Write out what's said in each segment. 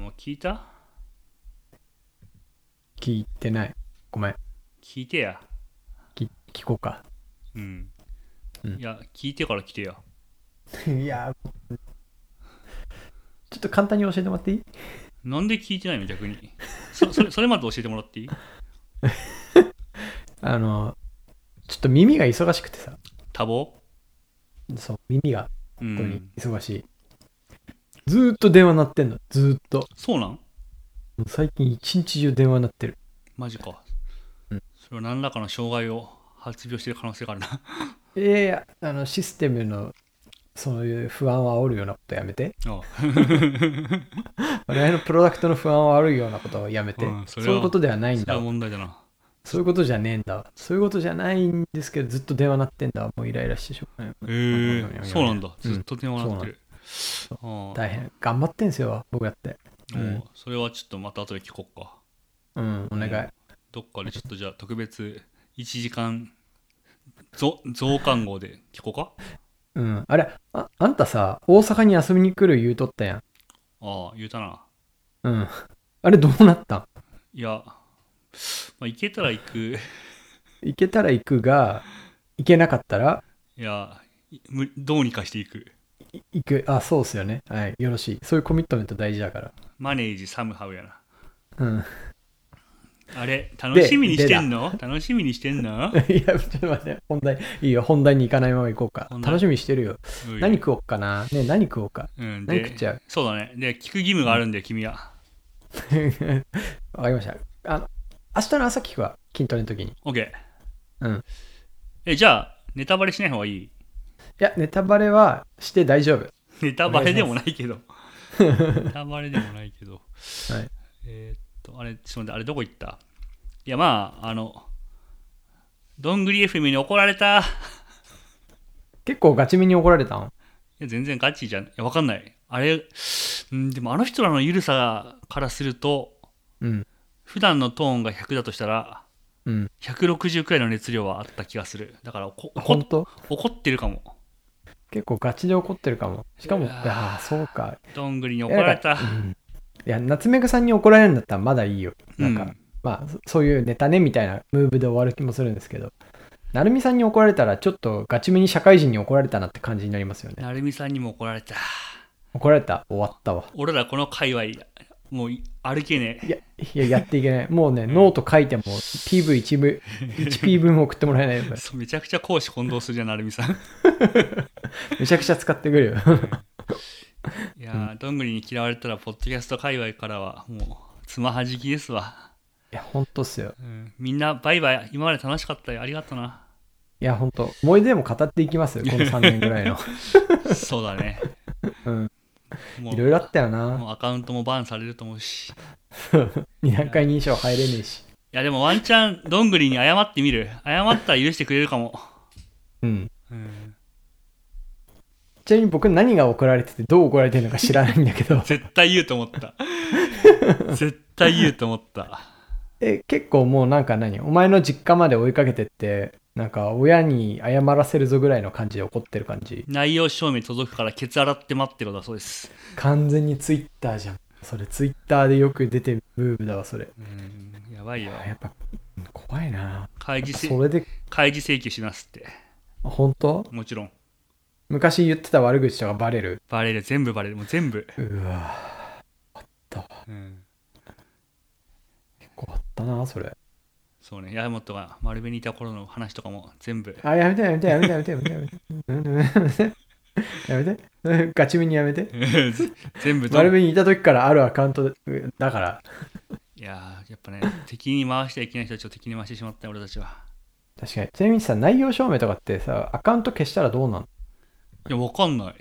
もう聞いた聞いてない。ごめん。聞いてや。聞聞こ うか。うん。うんいや、聞いてから来てや。いやーちょっと簡単に教えてもらっていいなんで聞いてないの逆に。そ それそれまで教えてもらっていいあの、ちょっと耳が忙しくてさ。多忙そう、耳がう本当にん。忙しい。ずーっと電話鳴ってんの。ずーっと。そうなんもう最近一日中電話鳴ってる。マジかうん。それは何らかの障害を発病してる可能性 があるな。いやいや、あの、システムの、そういう不安を煽るようなことやめて。あ我々のプロダクトの不安を煽るようなことをやめて。うんそそれうはいうことではないんそれだは。問題だな。そういうことじゃねえんだわ。そういうことじゃないんですけど、ずっと電話鳴ってんだわ。もうイライラしてしょうがない。えー、そうなんだ。うんずっと電話なってる。ああ大変。頑張ってんすよ、僕やって。うんもうそれはちょっとまた後で聞こっか。うん、お願い。どっかでちょっとじゃあ特別1時間増増刊号で聞こうかうん。あれ、ああんたさ、大阪に遊びに来る言うとったやん。ああ、言うたな。うん。 あれどうなったんいや、まあ、行けたら行く。行けたら行くが、行けなかったらいや、いむどうにかしていく。い行く。あ、そうっすよね。はい。よろしい。そういうコミットメント大事だから。マネージサムハウやな。 うん。あれ、楽しみにしてんの楽しみにしてんのいや、ちょっと待って、本題、いいよ、本題に行かないまま行こうか本。題楽しみにしてるよ。おい 何食おうかな。ねえ何食おうか。うん、何食っでちゃうそうだね。で、聞く義務があるんだよ、君は。 わかりました。あの、明日の朝聞くわ。筋トレの時に。 OK。うん。え、じゃあ、ネタバレしない方がいいいや、ネタバレはして大丈夫。ネタバレでもないけど。ネタバレでもないけど。はい。えーっと、あれ、ちょっと待って、あれどこ行ったいや、まあ、あの、どんぐり FM に怒られた。結構ガチめに怒られたんいや、全然ガチじゃん。いや、わかんない。あれ、うん、でもあの人らの緩さからすると、うん。普段のトーンが100だとしたら、うん。 160くらいの熱量はあった気がする。だから、おこあ本怒当怒ってるかも。結構ガチで怒ってるかも。しかも、いいややーーそうか。どんぐりに怒られた。うんいや、夏目くさんに怒られるんだったらまだいいよ。なんか、うんまあ、そそういうネタねみたいなムーブで終わる気もするんですけど、なるみさんに怒られたら、ちょっとガチめに社会人に怒られたなって感じになりますよね。なるみさんにも怒られた。怒られた、終わったわ。俺らこの界隈、もうい歩けねえ。いや、いや、やっていけない。もうね、ノート書いても PV1 分、1P 分送ってもらえないよ。これそうめちゃくちゃ講師混同するじゃん、なるみさ ん。 めちゃくちゃ使ってくるよ。いやー、どんぐりに嫌われたら、ポッドキャスト界隈からは、もう、つまはじきですわ。いや、ほんとっすよ。うん、みんな、バイバイ。今まで楽しかったよ。ありがとな。いや、ほんと。思い出も語っていきますよ、この3年ぐらい の。そうだね。うん。もいろいろあったよな。もうアカウントもバンされると思うし。い二段階認証入れねえし。や、でもワンチャン、どんぐりに謝ってみる。謝ったら許してくれるかも。うん。うん、、ちなみに僕何が怒られててどう怒られてるのか知らないんだけど 絶対言うと思った。絶対言うと思った。え、結構もうなんか何お前の実家まで追いかけてって、なんか親に謝らせるぞぐらいの感じで怒ってる感じ。内容証明届くから、ケツ洗って待ってろだそうです。完全にツイッターじゃん。それツイッターでよく出てるムーブだわ、それ。うん、やばいよ。あやっぱ怖いな開示そせれで、開示請求しますって。本当もちろん。昔言ってた悪口とかバレる。バレる、全部バレる。もう全部。うわうん、結構あったなそれ。そうね。ヤモトが丸紅にいた頃の話とかも全 部。あ、やめてやめてやめてやめてやめてやめて。やめて。やめて。やめてガチめにやめて。全部どん丸めにいた時からあるアカウントだからいやーやっぱね、 敵に回してはいけない人たちを敵に回してしまったよ俺たちは。確かにちなみにさ内容証明とかってさアカウント消したらどうなのいや、わかんない。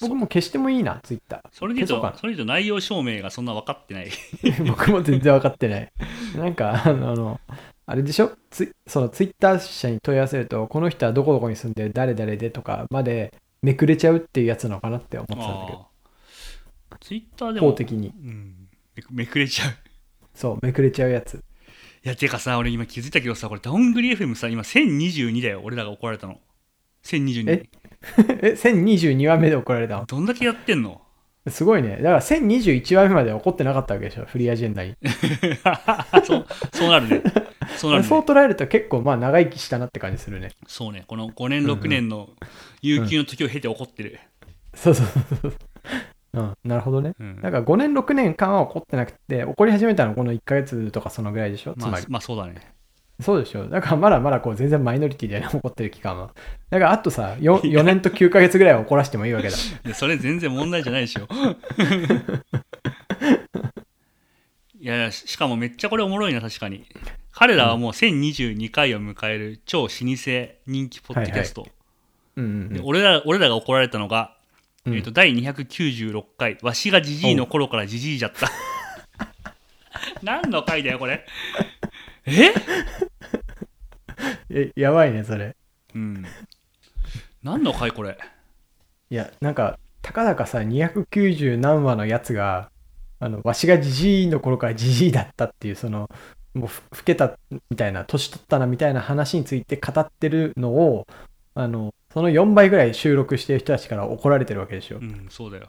僕も消してもいいなツイッタそれで言う消そうとか、なそれで言うと内容証明がそんな分かってない。ー 僕も全然分かってないなんかあのあのあれでしょツイそのツイッター社に問い合わせるとこの人はどこどこに住んで誰々でとかまでめくれちゃうっていうやつなのかなって思ってたん だけどツイッターでも、法的にうんめく、めくれちゃう。いそうめくれちゃうやつや、てかさ、俺今気づいたけどさ、これ、どんぐり FM さ、今1022だよ、俺らが怒られたの。1022え。え1022話目で怒られたのどんだけやってんのすごいね。だから1021話目まで怒ってなかったわけでしょ、フリーアジェンダに。そうそうなるね。そうなるそうね。捉えると結構まあ長生きしたなって感じするね。そうね。この5年、6年の有給の時を経て怒ってる。そうそうそうそう。うん、なるほどね。うんだから5年、6年間は怒ってなくて、怒り始めたのはこの1ヶ月とかそのぐらいでしょ、つままあり。、まあそうだね。そうでしょ。だからまだまだこう全然マイノリティで怒ってる期間は。だからあとさ、4, 4年と9ヶ月ぐらいは怒らせてもいいわけだ。でそれ全然問題じゃないでしょ。いやいや、ししかもめっちゃこれおもろいな、確かに。彼らはもう1022回を迎える超老舗人気ポッドキャスト。 うんうんで俺ら俺らが怒られたのが、うんえー、と第296回「わしがじじいの頃からじじいじゃ った」何の回だよこれえうん。え、やばいね、それ。うん何の回これいや、なんか、たかだかさ、290何話のやつが、あの、わしがじじいの頃からじじいだったっていう、その、もうふ、老けたみたいな、年取ったなみたいな話について語ってるのを、あの、その4倍ぐらい収録してる人たちから怒られてるわけでしょう。んそうだよ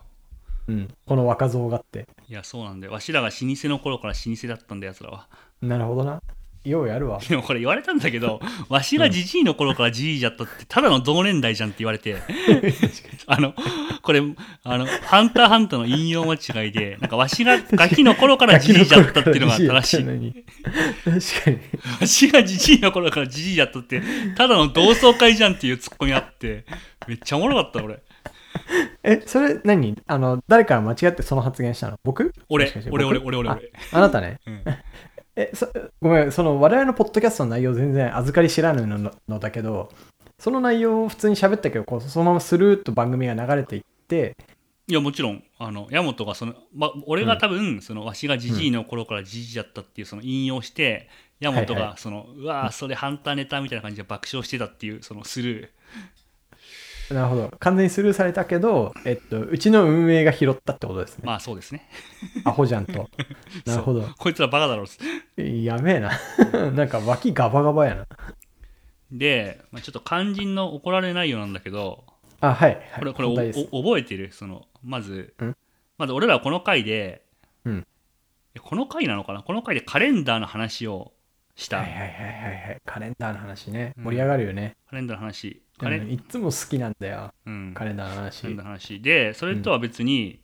うん。この若造がって。いやそうなんだよわしらが老舗の頃から老舗だったんだやつらはなるほどな。ようやるわ。でもこれ言われたんだけ どわしがじじいの頃からじじいじゃったってただの同年代じゃんって言われてあのこれあの「ハンターハンター」の引用間違いでなんかわしがガキの頃からじじいじゃったって いうのが正しいい。確かに。わしがじじいの頃からじじいだったって、ただの同窓会じゃんっていうツッコミあって、めっちゃおもろかった、俺。え、それ何あの、誰かが間違ってその発言したの僕も俺しかし、て俺、俺、僕俺、俺、あ俺。あなたね。うんえそごめんその我々のポッドキャストの内容全然預かり知らぬのののだけどその内容を普通に喋ったけどこうそのままスルーっと番組が流れていっていや、もちろん、あの、ヤモトがその、ま、俺が多分、その、わしがじじいの頃からじじいだったっていう、その、引用して、ヤモトはいはが、その、うわー、それハンターネタみたいな感じで爆笑してたっていう、その、スルー。なるほど完全にスルーされたけど、えっと、うちの運営が拾ったってことですねまあ、そうですね。 アホじゃんとなるほどそうこいつらバカだろうっつってやべえな なんか脇ガバガバやなで、まあ、ちょっと肝心の怒られないようなんだけど、あはい、はい、これこれお本題ですお覚えてるそのまずうんまず俺らはこの回で、うんえこの回なのかなこの回でカレンダーの話をした、はいはいはいはいはいカレンダーの話ねうん盛り上がるよね、カレンダーの話うカレ,、うんん、いつも好きなんだよカカレレンダーの話ンダーの話でそれとは別に、うん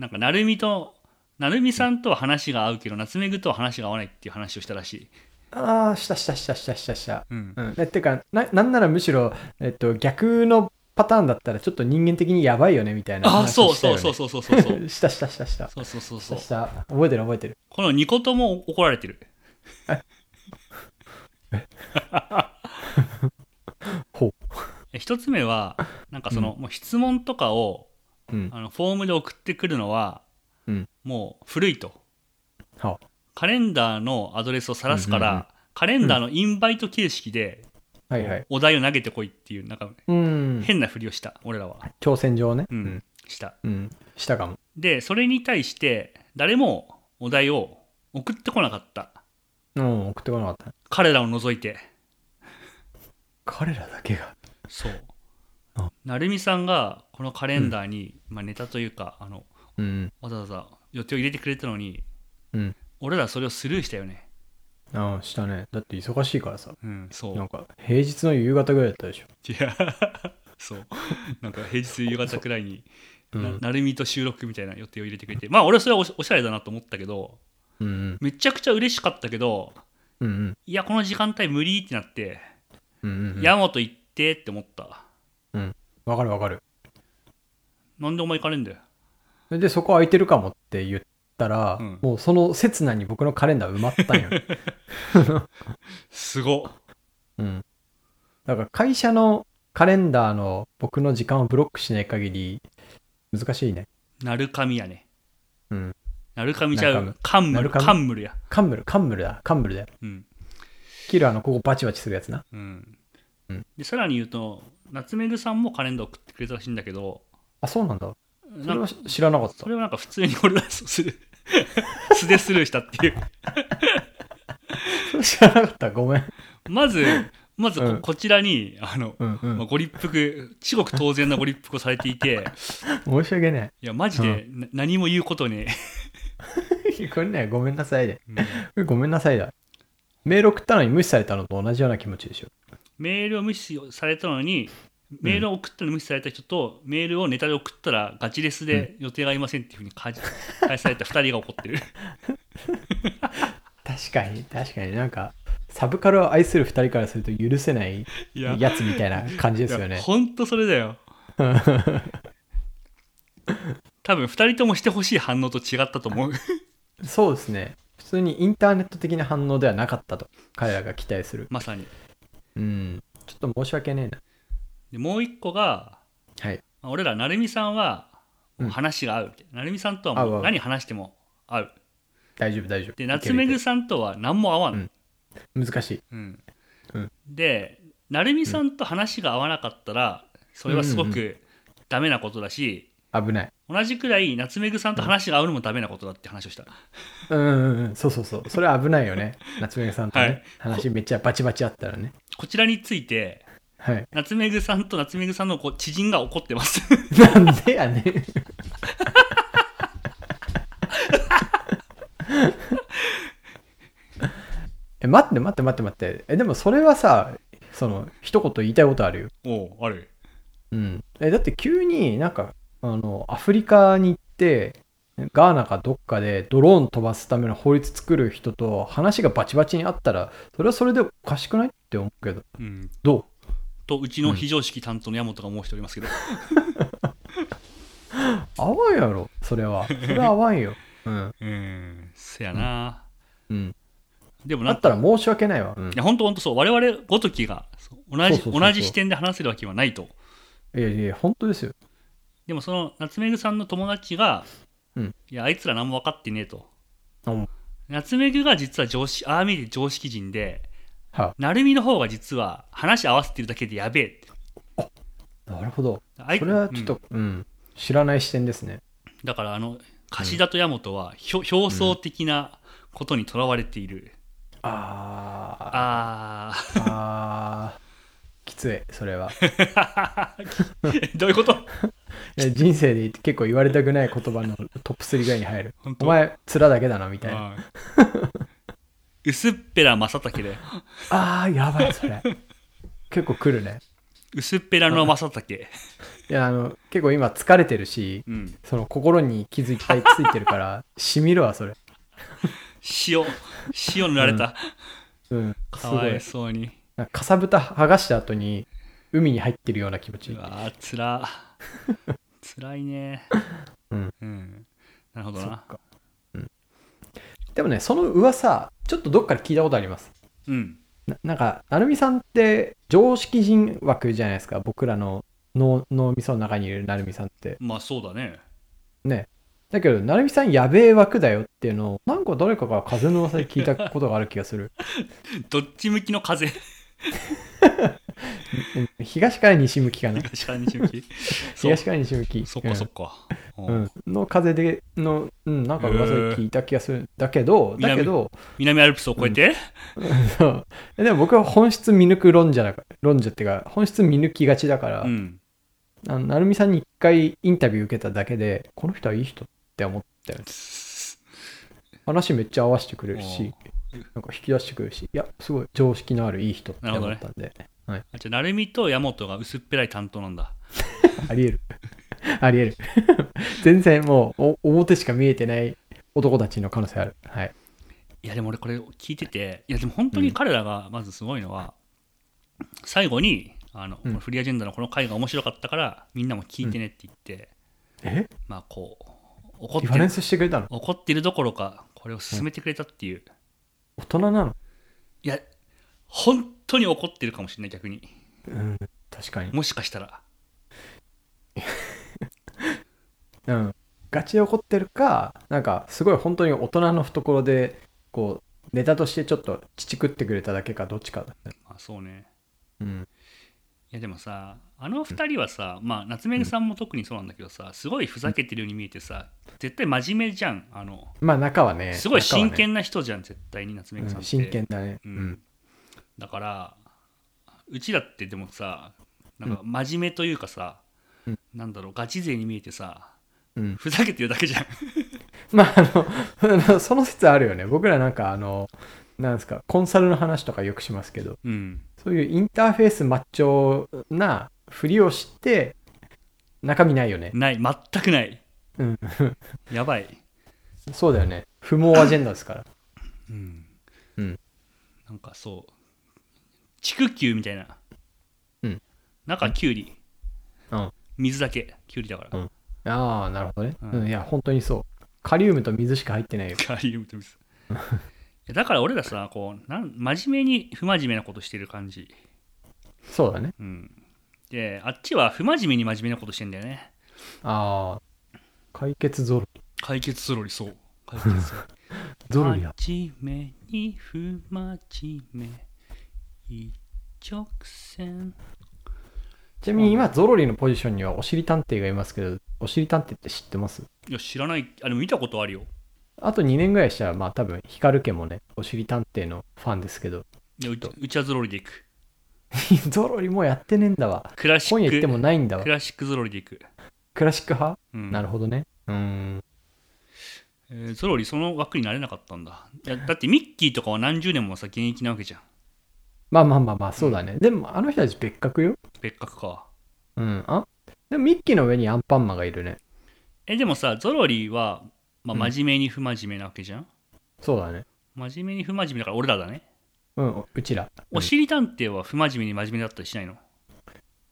なんか成美と成美さんとは話が合うけど夏目ぐとは話が合わないっていう話をしたらしい、ああしたしたしたしたしたしたうんうん、えてかななんならむしろ、えっと、逆のパターンだったらちょっと人間的にやばいよねみたいなああ話そをうしたよそねうそうそうそうそうそうしたしたしたしたそうそうそうしそうたした覚えてる覚えてるこの2個とも怒られてるほえ一つ目はなんかその、もう質問とかをううんあのフォームで送ってくるのは、うんもう古いとはカレンダーのアドレスを晒すから、うんうんカレンダーのインバイト形式であはいはいお題を投げてこいっていうなんかうん変なふりをした、俺らは、挑戦状ねううんん、したうん、したかもでそれに対して誰もお題を送ってこなかったうん送ってこなかった彼らを除いて彼らだけがそうあ成美さんがこのカレンダーに、まあ、ネタというかあのうんわざわざ予定を入れてくれたのにうん俺らそれをスルーしたよねああしたねだって忙しいからさうんそうなんか平日の夕方ぐらいだったでしょいや そうなんか平日夕方くらいに、う、なんなるみと収録みたいな予定を入れてくれてまあ俺はそれはおしおしゃれだなと思ったけどうんうんめちゃくちゃ嬉しかったけどうんうんいやこの時間帯無理ってなってうんうんヤマト行ってって思ったわかるわかるなんでお前行かねえんだよでそこ空いてるかもって言ったら、うんもうその刹那に僕のカレンダー埋まった んよすごっうん。だから会社のカレンダーの僕の時間をブロックしない限り、難しいね。なるかみやねうん。なるかみちゃなるかうみカンムなルるかみカンムルやカンブル、カンブルだ、カンブルだよ。うんキルあの、ここバチバチするやつな。うん、うんでさらに言うと夏目ぐさんもカレンダー送ってくれたらしいんだけどあ、そうなんだ。そなれんはか知らなかったそ。れはなんか普通に俺らす る素でスルーしたっていうそれ知らなかった。ごめん。まず、まずこ,、うんこちらに、あの、うんうまあ、ん。ご立腹、至極当然なご立腹をされてい て、申し訳ない。 いや、マジで、な何も言うことねこれね、ごめんなさいで。え。 ごめんなさいだ。メール送ったのに無視されたのと同じような気持ちでしょ。メールを無視されたのに、メールを送ったのに無視された人と、メールをネタで送ったらガチレスで予定がありませんっていうふうに返し 返された2人が怒ってる。確かに、確かになんか、サブカルを愛する2人からすると許せ ないいや、やつみたいな感じですよね。本当それだ よ。多分2人ともしてほしい反応と違ったと思う。 そうですね。普通にインターネット的な反応ではなかったと、彼らが期待する。まさに。うん。ちょっと申し訳ねえな。でもう1個が、はい。まあ俺ら、なるみさんはうん話が合うみたいな。なるみさんとは合うも合うう何話しても合う。大丈夫、大丈夫。で、夏目ぐいさんとは何も合わない。けるいける難しい。うんうんで成美さんと話が合わなかったら、それはすごうんうくダメなことだし、危ない。同じくらい夏目ぐさんと話が合うのもダメなことだって話をした、うんうんうん、そうそうそう。それは危ないよね。夏目さんとね、はい話めっちゃバチバチあったらね。こちらについてはい。夏目ぐさんと夏目ぐさんのこう知人が怒ってますなんでやねん。 え、待って待って待って待って。え、でもそれはさ、その、一言言いたいことあるよ。 おうあるうん。え、だって急になんか、あの、アフリカに行って、ガーナかどっかでドローン飛ばすための法律作る人と話がバチバチにあったら、それはそれでおかしくないって思うけど、うんどうとうちの非常識担当の山本が申しておりますけど、合わんやろそれはそれは合わんようん、うんせやな、 うん、でもだなったら申し訳ないわ、うん、いいや本当本当そう我々ごときがそう同じそうそうそうそう同じ視点で話せるわけはないとやいや本当ですよでもその夏目ぐさんの友達が、うんいやあいつら何も分かってねえとうん夏目ぐが実は常識ああ見えて常識人では成美の方が実は話合わせてるだけでやべえってなるほどあいそれはちょっと、うん知らない視点ですねうんだからあの樫田と大和はひょ表層的なことにとらわれている、ああーあーきついそれはー どういうことえ人生で結構言われたくない言葉のトップ3ぐらいに入る本当お前面だけだなみたいなはい薄っぺら正竹であーやばいそれ結構来るね薄っぺらの正竹いやあの結構今疲れてるしうんその心に傷いっぱいついてるからしみるわそれ塩塩塗られた、うんすかごわいいそうになんかかさぶた剥がした後に海に入ってるような気持ちうわーつら つらいねうん、なるほどなそっかうんでもねその噂ちょっとどっかで聞いたことありますうんななんか成美さんって常識人枠じゃないですか僕らの脳脳みその中にいる成美さんってまあそうだねねだけど成美さんやべえ枠だよっていうのをなんか誰かが風の噂で聞いたことがある気がする どっち向きの風うん東から西向き かな東から西向きそう 東から西向きそっかそっかか、ううんん、の風での、うん、なんか噂で聞いた気がするだけどだけど南アルプスを越えて、そうえでも僕は本質見抜く論者だから論者っていうか本質見抜きがちだから、うん、あの成美さんに一回インタビュー受けただけでこの人はいい人って思ったよね話めっちゃ合わせてくれるしなんか引き出してくれるしいやすごい常識のあるいい人って思ったんで、はい、あじゃあ成美と山本が薄っぺらい担当なんだありえる ありえる 全然もうお表しか見えてない男たちの可能性あるはいいやでも俺これ聞いてていやでも本当に彼らがまずすごいのは、最後にあの、うんこのフリーアジェンダのこの回が面白かったからみんなも聞いてねって言って、えまあこう怒ってリファレるンスしてくれたの怒ってるどころかこれを進めてくれたっていう、大人なのいや本当に怒ってるかもしれない逆にうん確かにもしかしたらうん、ガチで怒ってるか、なんかすごい本当に大人の懐で、こう、ネタとしてちょっと乳くってくれただけか、どっちかだね。まあそうねうん。いやでもさあの二人はさ、まあ夏目さんも特にそうなんだけどさすごいふざけてるように見えてさ絶対真面目じゃんあのまあ中はね、すごい中はね真剣な人じゃん絶対に夏目さんっうんて真剣だね。ううんん。だからうちらってでもさなんか真面目というかさ、うんなんだろうガチ勢に見えてさうん、ふざけてるだけじゃんまああのあの その説あるよね僕らなんかあのなんですかコンサルの話とかよくしますけどうんそういうインターフェースマッチョなふりをして中身ないよね、ない全くないうん、やばい、そうだよね不毛アジェンダですからうんうんなんかそう畜球みたいなうん中キュウリうん水だけキュウリだから、うんああなるほどね、うんうんいや本当にそうカリウムと水しか入ってないよカリウムと水いやだから俺らさこうなん真面目に不真面目なことしてる感じそうだねうんであっちは不真面目に真面目なことしてんだよねああ解決ゾロリ解決ゾロリそう解決ゾロリ ゾロリや真面目に不真面目一直線ちなみに今ゾロリのポジションにはおしり探偵がいますけどおしり探偵って知ってますいや知らないあでも見たことあるよあと2年ぐらいしたらまあ多分光家もねおしり探偵のファンですけど いやうちうちはゾロリでいくゾロリもうやってねえんだわクラシ本屋行ってッもクないんだわクラシックゾロリでいく、クラシック派、うんなるほどねうーんえーゾロリその枠になれなかったんだいやだってミッキーとかは何十年もさ現役なわけじゃんまあまあまあまあそうだねでもあの人たち別格よ別格かうんあでもミッキーの上にアンパンマンがいるねえでもさゾロリは、まあ、うん真面目に不真面目なわけじゃん、そうだね真面目に不真面目だから俺らだね、うんうちらおしり探偵は不真面目に真面目だったりしないの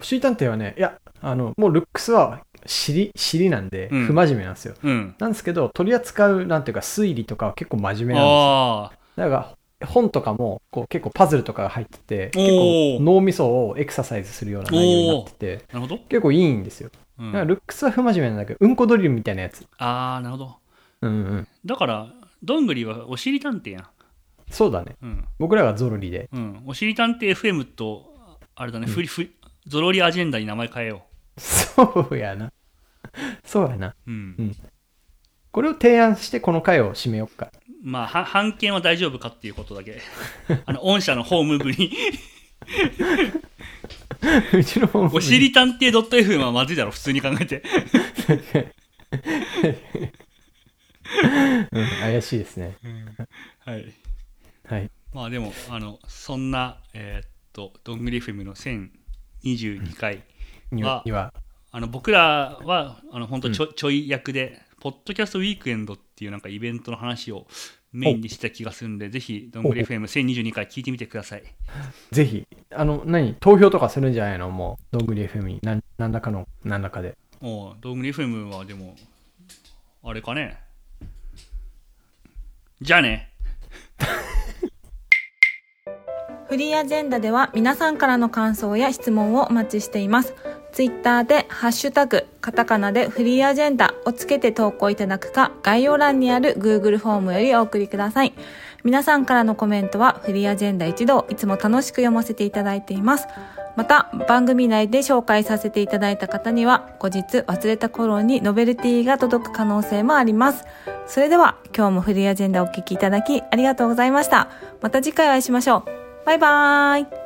おしり探偵はねいやあのもうルックスは尻尻なんでうん不真面目なんですよ、うんなんですけど取り扱うなんていうか推理とかは結構真面目なんですよああだから本とかもこう結構パズルとかが入っててお結ー構脳みそをエクササイズするような内容になっててなるほど、結構いいんですようだん、からあルックスは不真面目なんだけどうんこドリルみたいなやつあーなるほどうんうんだからどんぐりはおしり探偵やんそうだねうん僕らがゾロリで うんおしり探偵 FM とあれだね、ふりふりゾロリアジェンダに名前変えよそうやなそうやなううん、うんこれを提案してこの回を締めよっか まあは判件は大丈夫かっていうことだけ あの御社のホーム部に うちのおしり探偵 .fm はまずいだろ普通に考えてうん怪しいですねはいはいまあでもあのそんなえーっとどんぐり FM の1022回にははにはあの僕らはあの本当ちょ,、ちょい役でポッドキャストウィークエンドっていうなんかイベントの話をメインにしてた気がするんでぜひどんぐり FM1022 回聞いてみてくださいぜひあの何投票とかするんじゃないのもうどんぐり FM に何何らかの何らかでおうどんぐり FM はでもあれかねじゃあねフリーアジェンダでは皆さんからの感想や質問をお待ちしています。ツイッターでハッシュタグ、カタカナでフリーアジェンダをつけて投稿いただくか、概要欄にある Google フォームよりお送りください。皆さんからのコメントはフリーアジェンダ一同、いつも楽しく読ませていただいています。また、番組内で紹介させていただいた方には、後日忘れた頃にノベルティが届く可能性もあります。それでは、今日もフリーアジェンダをお聞きいただき、ありがとうございました。また次回お会いしましょう。バイバーイ